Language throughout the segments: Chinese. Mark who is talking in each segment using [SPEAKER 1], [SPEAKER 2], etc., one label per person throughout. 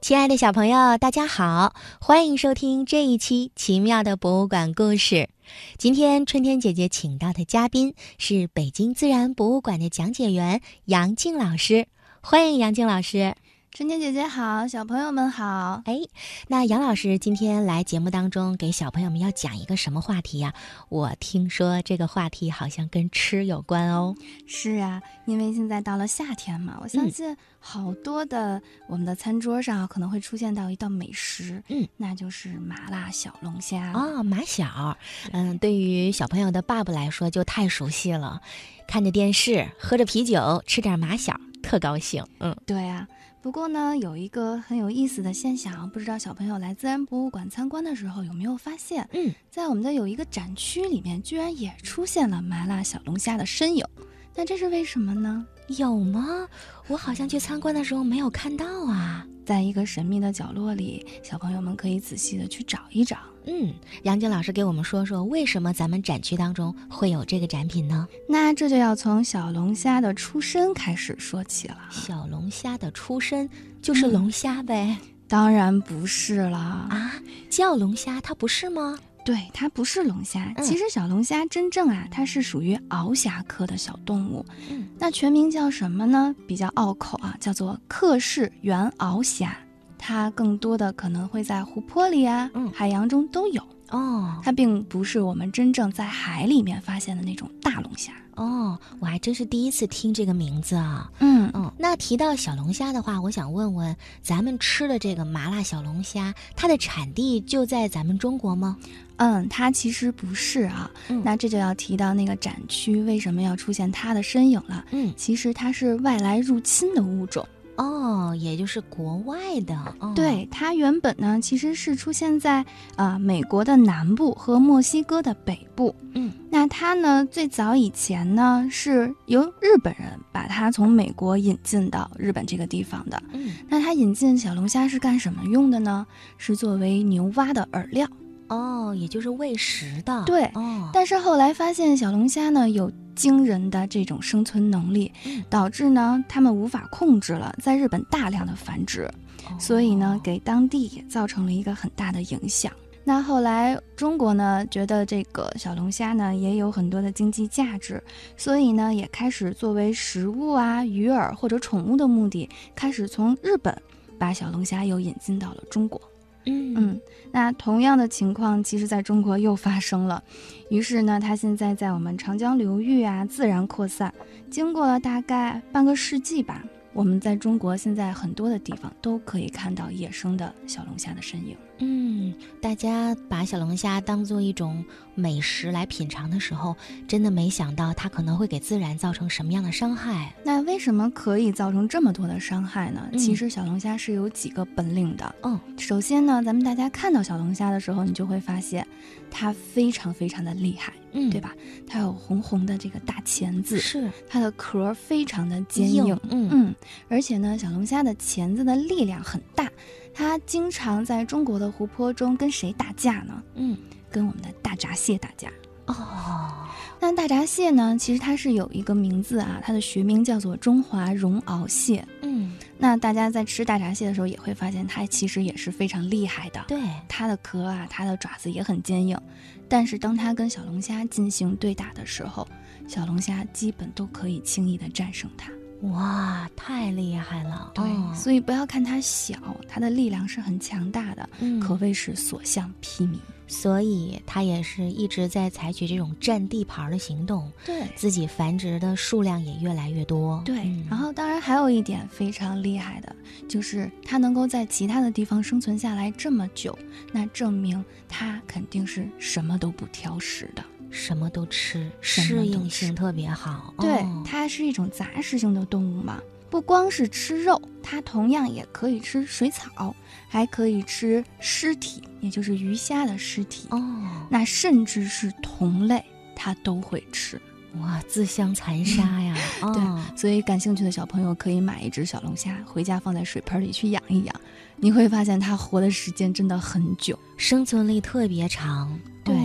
[SPEAKER 1] 亲爱的小朋友，大家好，欢迎收听这一期《奇妙的博物馆故事》。今天春天姐姐请到的嘉宾是北京自然博物馆的讲解员杨静老师，欢迎杨静老师。
[SPEAKER 2] 春天姐姐好，小朋友们好。
[SPEAKER 1] 哎，那杨老师今天来节目当中给小朋友们要讲一个什么话题呀、我听说这个话题好像跟吃有关哦。
[SPEAKER 2] 是啊，因为现在到了夏天嘛，我
[SPEAKER 1] 嗯
[SPEAKER 2] 相信好多的我们的餐桌上可能会出现到一道美食，
[SPEAKER 1] 嗯，
[SPEAKER 2] 那就是麻辣小龙虾。
[SPEAKER 1] 哦，马小，嗯，对于小朋友的爸爸来说就太熟悉了，看着电视，喝着啤酒，吃点马小，特高兴。嗯，
[SPEAKER 2] 对啊，不过呢，有一个很有意思的现象，不知道小朋友来自然博物馆参观的时候有没有发现？
[SPEAKER 1] 嗯，
[SPEAKER 2] 在我们的有一个展区里面，居然也出现了麻辣小龙虾的身影。那这是为什么呢？
[SPEAKER 1] 有吗？我好像去参观的时候没有看到啊。
[SPEAKER 2] 在一个神秘的角落里，小朋友们可以仔细的去找一找。
[SPEAKER 1] 嗯，杨静老师给我们说说，为什么咱们展区当中会有这个展品呢？
[SPEAKER 2] 那这就要从小龙虾的出身开始说起了。
[SPEAKER 1] 小龙虾的出身就是
[SPEAKER 2] 嗯
[SPEAKER 1] 龙虾呗？
[SPEAKER 2] 当然不是了，
[SPEAKER 1] 啊，叫龙虾它不是吗？
[SPEAKER 2] 对，它不是龙虾。
[SPEAKER 1] 嗯
[SPEAKER 2] 其实小龙虾真正啊，它是属于螯虾科的小动物。
[SPEAKER 1] 嗯
[SPEAKER 2] 那全名叫什么呢？比较拗口啊，叫做克氏原螯虾。它更多的可能会在湖泊里啊、
[SPEAKER 1] 嗯
[SPEAKER 2] 海洋中都有，
[SPEAKER 1] 哦
[SPEAKER 2] 它并不是我们真正在海里面发现的那种大龙虾。
[SPEAKER 1] 哦，我还真是第一次听这个名字啊。
[SPEAKER 2] 嗯
[SPEAKER 1] 嗯，那提到小龙虾的话，我想问问，咱们吃的这个麻辣小龙虾，它的产地就在咱们中国吗？
[SPEAKER 2] 嗯，它其实不是啊。
[SPEAKER 1] 嗯
[SPEAKER 2] 那这就要提到那个展区为什么要出现它的身影了。
[SPEAKER 1] 嗯，
[SPEAKER 2] 其实它是外来入侵的物种，
[SPEAKER 1] 哦，也就是国外的。哦、，
[SPEAKER 2] 对它原本呢其实是出现在啊、呃美国的南部和墨西哥的北部。
[SPEAKER 1] 嗯，
[SPEAKER 2] 那它呢最早以前呢是由日本人把它从美国引进到日本这个地方的。
[SPEAKER 1] 嗯，
[SPEAKER 2] 那它引进小龙虾是干什么用的呢？是作为牛蛙的饵料。
[SPEAKER 1] 哦，也就是喂食的。
[SPEAKER 2] 对
[SPEAKER 1] 哦，
[SPEAKER 2] 但是后来发现小龙虾呢有惊人的这种生存能力
[SPEAKER 1] 嗯，
[SPEAKER 2] 导致呢它们无法控制了，在日本大量的繁殖，所以呢
[SPEAKER 1] 哦，
[SPEAKER 2] 给当地也造成了一个很大的影响。那后来中国呢觉得这个小龙虾呢也有很多的经济价值，所以呢也开始作为食物啊、鱼饵或者宠物的目的，开始从日本把小龙虾又引进到了中国。
[SPEAKER 1] 嗯嗯
[SPEAKER 2] 嗯，那同样的情况，其实在中国又发生了。于是呢，它现在在我们长江流域啊自然扩散，经过了大概半个世纪吧，我们在中国现在很多的地方都可以看到野生的小龙虾的身影。
[SPEAKER 1] 嗯，大家把小龙虾当做一种美食来品尝的时候，真的没想到它可能会给自然造成什么样的伤害。
[SPEAKER 2] 那为什么可以造成这么多的伤害呢？
[SPEAKER 1] 嗯
[SPEAKER 2] 其实小龙虾是有几个本领的。
[SPEAKER 1] 嗯，
[SPEAKER 2] 首先呢，咱们大家看到小龙虾的时候，你就会发现它非常非常的厉害，
[SPEAKER 1] 嗯，
[SPEAKER 2] 对？吧？它有红红的这个大钳子，
[SPEAKER 1] 是
[SPEAKER 2] 它的壳儿非常的坚硬。
[SPEAKER 1] 嗯
[SPEAKER 2] 嗯，而且呢，小龙虾的钳子的力量很大，它经常在中国的湖泊中跟谁打架呢？
[SPEAKER 1] 嗯，
[SPEAKER 2] 跟我们的大闸蟹打架。
[SPEAKER 1] 哦，
[SPEAKER 2] 那大闸蟹呢，其实它是有一个名字啊，它的学名叫做中华绒螯蟹。
[SPEAKER 1] 嗯，
[SPEAKER 2] 那大家在吃大闸蟹的时候，也会发现它其实也是非常厉害的。
[SPEAKER 1] 对。
[SPEAKER 2] 它的壳啊，它的爪子也很坚硬，但是当它跟小龙虾进行对打的时候，小龙虾基本都可以轻易的战胜它。
[SPEAKER 1] 哇，太厉害了！嗯
[SPEAKER 2] 对，所以不要看它小，它的力量是很强大的，
[SPEAKER 1] 嗯，
[SPEAKER 2] 可谓是所向披靡。
[SPEAKER 1] 所以它也是一直在采取这种占地盘儿的行动，
[SPEAKER 2] 对
[SPEAKER 1] 自己繁殖的数量也越来越多。
[SPEAKER 2] 对，
[SPEAKER 1] 嗯
[SPEAKER 2] 然后当然还有一点非常厉害的，就是它能够在其他的地方生存下来这么久，那证明它肯定是什么都不挑食的。
[SPEAKER 1] 什么都吃，
[SPEAKER 2] 什么都
[SPEAKER 1] 适应性
[SPEAKER 2] 吃
[SPEAKER 1] 特别好。
[SPEAKER 2] 对
[SPEAKER 1] 哦，
[SPEAKER 2] 它是一种杂食性的动物嘛，不光是吃肉，它同样也可以吃水草，还可以吃尸体，也就是鱼虾的尸体，
[SPEAKER 1] 哦，
[SPEAKER 2] 那甚至是同类，它都会吃。
[SPEAKER 1] 哇，自相残杀呀！
[SPEAKER 2] 嗯
[SPEAKER 1] 哦
[SPEAKER 2] 所以感兴趣的小朋友可以买一只小龙虾回家放在水盆里去养一养，你会发现它活的时间真的很久。
[SPEAKER 1] 生存力特别长。哦
[SPEAKER 2] 对，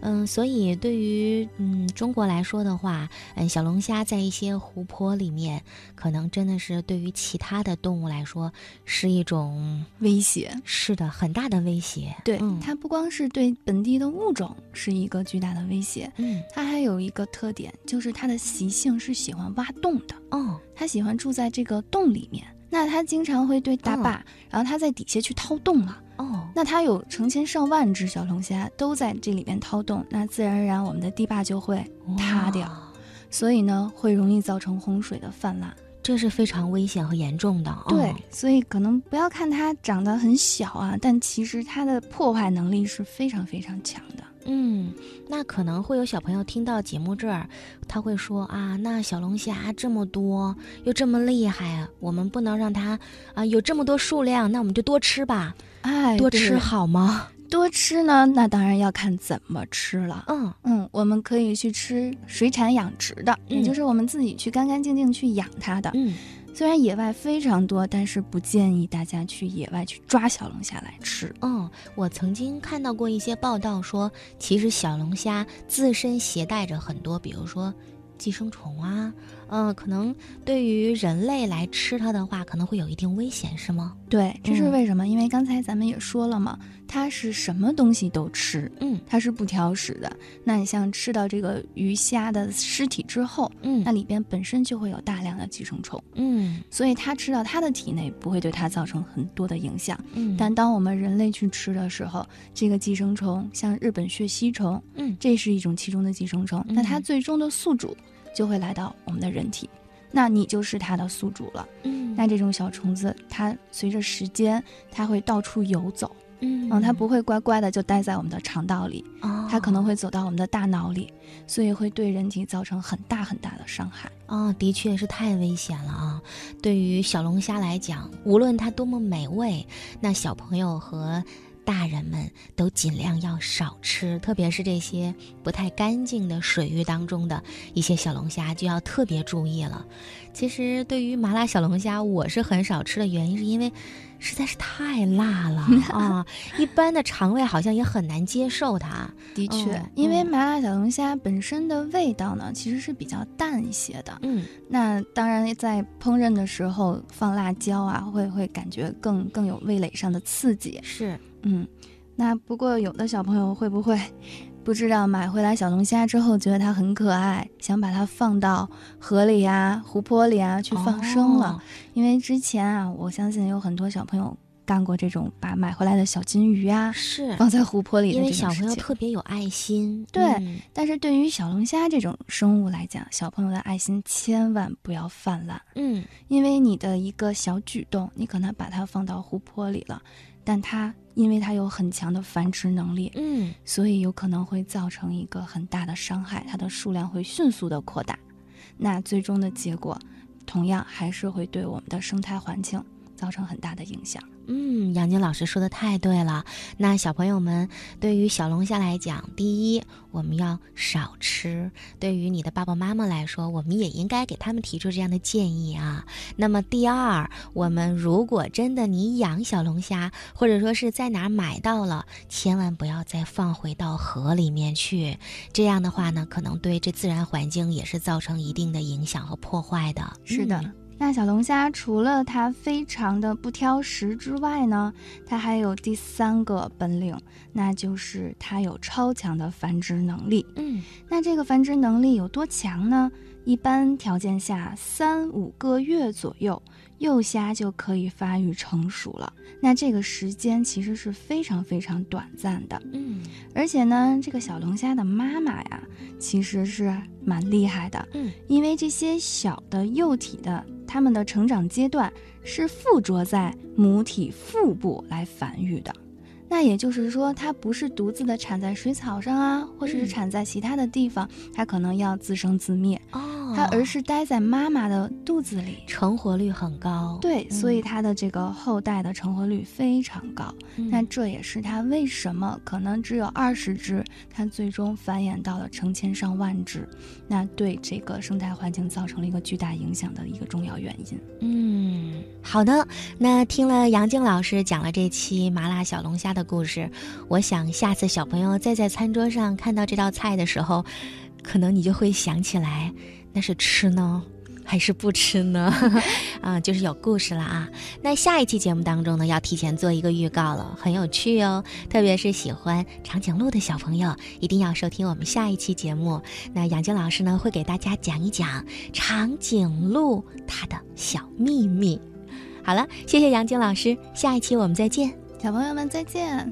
[SPEAKER 1] 嗯，所以对于嗯中国来说的话，嗯，小龙虾在一些湖泊里面，可能真的是对于其他的动物来说是一种
[SPEAKER 2] 威胁。
[SPEAKER 1] 是的很大的威胁。
[SPEAKER 2] 对，
[SPEAKER 1] 嗯
[SPEAKER 2] 它不光是对本地的物种是一个巨大的威胁，
[SPEAKER 1] 嗯
[SPEAKER 2] 它还有一个特点，就是它的习性是喜欢挖洞的，
[SPEAKER 1] 哦
[SPEAKER 2] 它喜欢住在这个洞里面。那它经常会对大坝，然后它在底下去掏洞啊。
[SPEAKER 1] 哦
[SPEAKER 2] 那它有成千上万只小龙虾都在这里面掏洞，那自然而然我们的堤坝就会塌掉，
[SPEAKER 1] 哇
[SPEAKER 2] 所以呢会容易造成洪水的泛滥。
[SPEAKER 1] 这是非常危险和严重的。哦
[SPEAKER 2] 对，所以可能不要看它长得很小啊，但其实它的破坏能力是非常非常强的。
[SPEAKER 1] 嗯，那可能会有小朋友听到节目这儿，他会说啊，那小龙虾这么多，又这么厉害，我们不能让它啊有这么多数量，那我们就多吃吧，
[SPEAKER 2] 哎，
[SPEAKER 1] 多
[SPEAKER 2] 对
[SPEAKER 1] 吃好吗？
[SPEAKER 2] 多吃呢，那当然要看怎么吃了。
[SPEAKER 1] 嗯
[SPEAKER 2] 嗯，我们可以去吃水产养殖的，
[SPEAKER 1] 嗯
[SPEAKER 2] 也就是我们自己去干干净净去养它的。
[SPEAKER 1] 嗯，
[SPEAKER 2] 虽然野外非常多，但是不建议大家去野外去抓小龙虾来吃。
[SPEAKER 1] 哦，我曾经看到过一些报道说，其实小龙虾自身携带着很多，比如说寄生虫啊，嗯、可能对于人类来吃它的话，可能会有一定危险，是吗？
[SPEAKER 2] 对，这是
[SPEAKER 1] 嗯
[SPEAKER 2] 为什么？因为刚才咱们也说了嘛，它是什么东西都吃，
[SPEAKER 1] 嗯
[SPEAKER 2] 它是不挑食的。那你像吃到这个鱼虾的尸体之后，
[SPEAKER 1] 嗯
[SPEAKER 2] 那里边本身就会有大量的寄生虫，
[SPEAKER 1] 嗯
[SPEAKER 2] 所以它吃到它的体内不会对它造成很多的影响。
[SPEAKER 1] 嗯，
[SPEAKER 2] 但当我们人类去吃的时候，这个寄生虫，像日本血吸虫，
[SPEAKER 1] 嗯
[SPEAKER 2] 这是一种其中的寄生虫，那它
[SPEAKER 1] 嗯
[SPEAKER 2] 最终的宿主就会来到我们的人体，那你就是它的宿主了。
[SPEAKER 1] 嗯
[SPEAKER 2] 那这种小虫子，它随着时间，它会到处游走，
[SPEAKER 1] 嗯哦
[SPEAKER 2] 嗯，它不会乖乖的就待在我们的肠道里，它
[SPEAKER 1] 它
[SPEAKER 2] 可能会走到我们的大脑里，所以会对人体造成很大很大的伤害。
[SPEAKER 1] 哦，的确是太危险了啊！对于小龙虾来讲，无论它多么美味，那小朋友和大人们都尽量要少吃，特别是这些不太干净的水域当中的一些小龙虾，就要特别注意了。其实对于麻辣小龙虾，我是很少吃的原因是因为实在是太辣 了啊，一般的肠胃好像也很难接受它。
[SPEAKER 2] 的确，
[SPEAKER 1] 哦
[SPEAKER 2] 因为
[SPEAKER 1] 嗯
[SPEAKER 2] 麻辣小龙虾本身的味道呢，其实是比较淡一些的，
[SPEAKER 1] 嗯
[SPEAKER 2] 那当然，在烹饪的时候放辣椒啊，会会感觉更更有味蕾上的刺激。
[SPEAKER 1] 是，
[SPEAKER 2] 嗯，那不过有的小朋友会不会 不知道买回来小龙虾之后觉得它很可爱，想把它放到河里啊、湖泊里啊去放生了？
[SPEAKER 1] 哦
[SPEAKER 2] 因为之前啊，我相信有很多小朋友干过这种把买回来的小金鱼啊
[SPEAKER 1] 哦是
[SPEAKER 2] 放在湖泊里
[SPEAKER 1] 因
[SPEAKER 2] 的
[SPEAKER 1] 为
[SPEAKER 2] 这种
[SPEAKER 1] 小
[SPEAKER 2] 事
[SPEAKER 1] 朋友
[SPEAKER 2] 情。
[SPEAKER 1] 特别有爱心，
[SPEAKER 2] 对
[SPEAKER 1] 嗯
[SPEAKER 2] 但是对于小龙虾这种生物来讲，小朋友的爱心千万不要泛滥。
[SPEAKER 1] 嗯
[SPEAKER 2] 因为你的一个小举动，你可能把它放到湖泊里了，但它因为它有很强的繁殖能力，
[SPEAKER 1] 嗯
[SPEAKER 2] 所以有可能会造成一个很大的伤害，它的数量会迅速的扩大，那最终的结果，同样还是会对我们的生态环境造成很大的影响。
[SPEAKER 1] 嗯，杨金老师说的太对了。那小朋友们，对于小龙虾来讲，第一，我们要少吃；对于你的爸爸妈妈来说，我们也应该给他们提出这样的建议啊。那么第二，我们如果真的你养小龙虾，或者说是在哪儿买到了，千万不要再放回到河里面去。这样的话呢，可能对这自然环境也是造成一定的影响和破坏的。
[SPEAKER 2] 是的。
[SPEAKER 1] 嗯
[SPEAKER 2] 那小龙虾除了它非常的不挑食之外呢，它还有第三个本领，那就是它有超强的繁殖能力。
[SPEAKER 1] 嗯
[SPEAKER 2] 那这个繁殖能力有多强呢？一般条件下，三五个月左右，幼虾就可以发育成熟了。那这个时间其实是非常非常短暂的。
[SPEAKER 1] 嗯
[SPEAKER 2] 而且呢，这个小龙虾的妈妈呀，其实是蛮厉害的，
[SPEAKER 1] 嗯，
[SPEAKER 2] 因为这些小的幼体的，它们的成长阶段是附着在母体腹部来繁育的。那也就是说，它不是独自的产在水草上啊，或者是
[SPEAKER 1] 嗯
[SPEAKER 2] 产在其他的地方，它可能要自生自灭，
[SPEAKER 1] 哦，
[SPEAKER 2] 它而是待在妈妈的肚子里。
[SPEAKER 1] 成活率很高。
[SPEAKER 2] 对，所以
[SPEAKER 1] 嗯
[SPEAKER 2] 它的这个后代的成活率非常高。
[SPEAKER 1] 嗯，
[SPEAKER 2] 那这也是它为什么可能只有二十只，它最终繁衍到了成千上万只，那对这个生态环境造成了一个巨大影响的一个重要原因。
[SPEAKER 1] 嗯，好的。那听了杨静老师讲了这期麻辣小龙虾的故事，我想下次小朋友再在餐桌上看到这道菜的时候，可能你就会想起来，那是吃呢。 还是不吃呢， 啊，就是有故事了啊。那下一期节目当中呢，要提前做一个预告了，很有趣哦。特别是喜欢长颈鹿的小朋友，一定要收听我们下一期节目。那杨静老师呢，会给大家讲一讲长颈鹿它的小秘密。好了，谢谢杨静老师，下一期我们再见。
[SPEAKER 2] 小朋友们再见。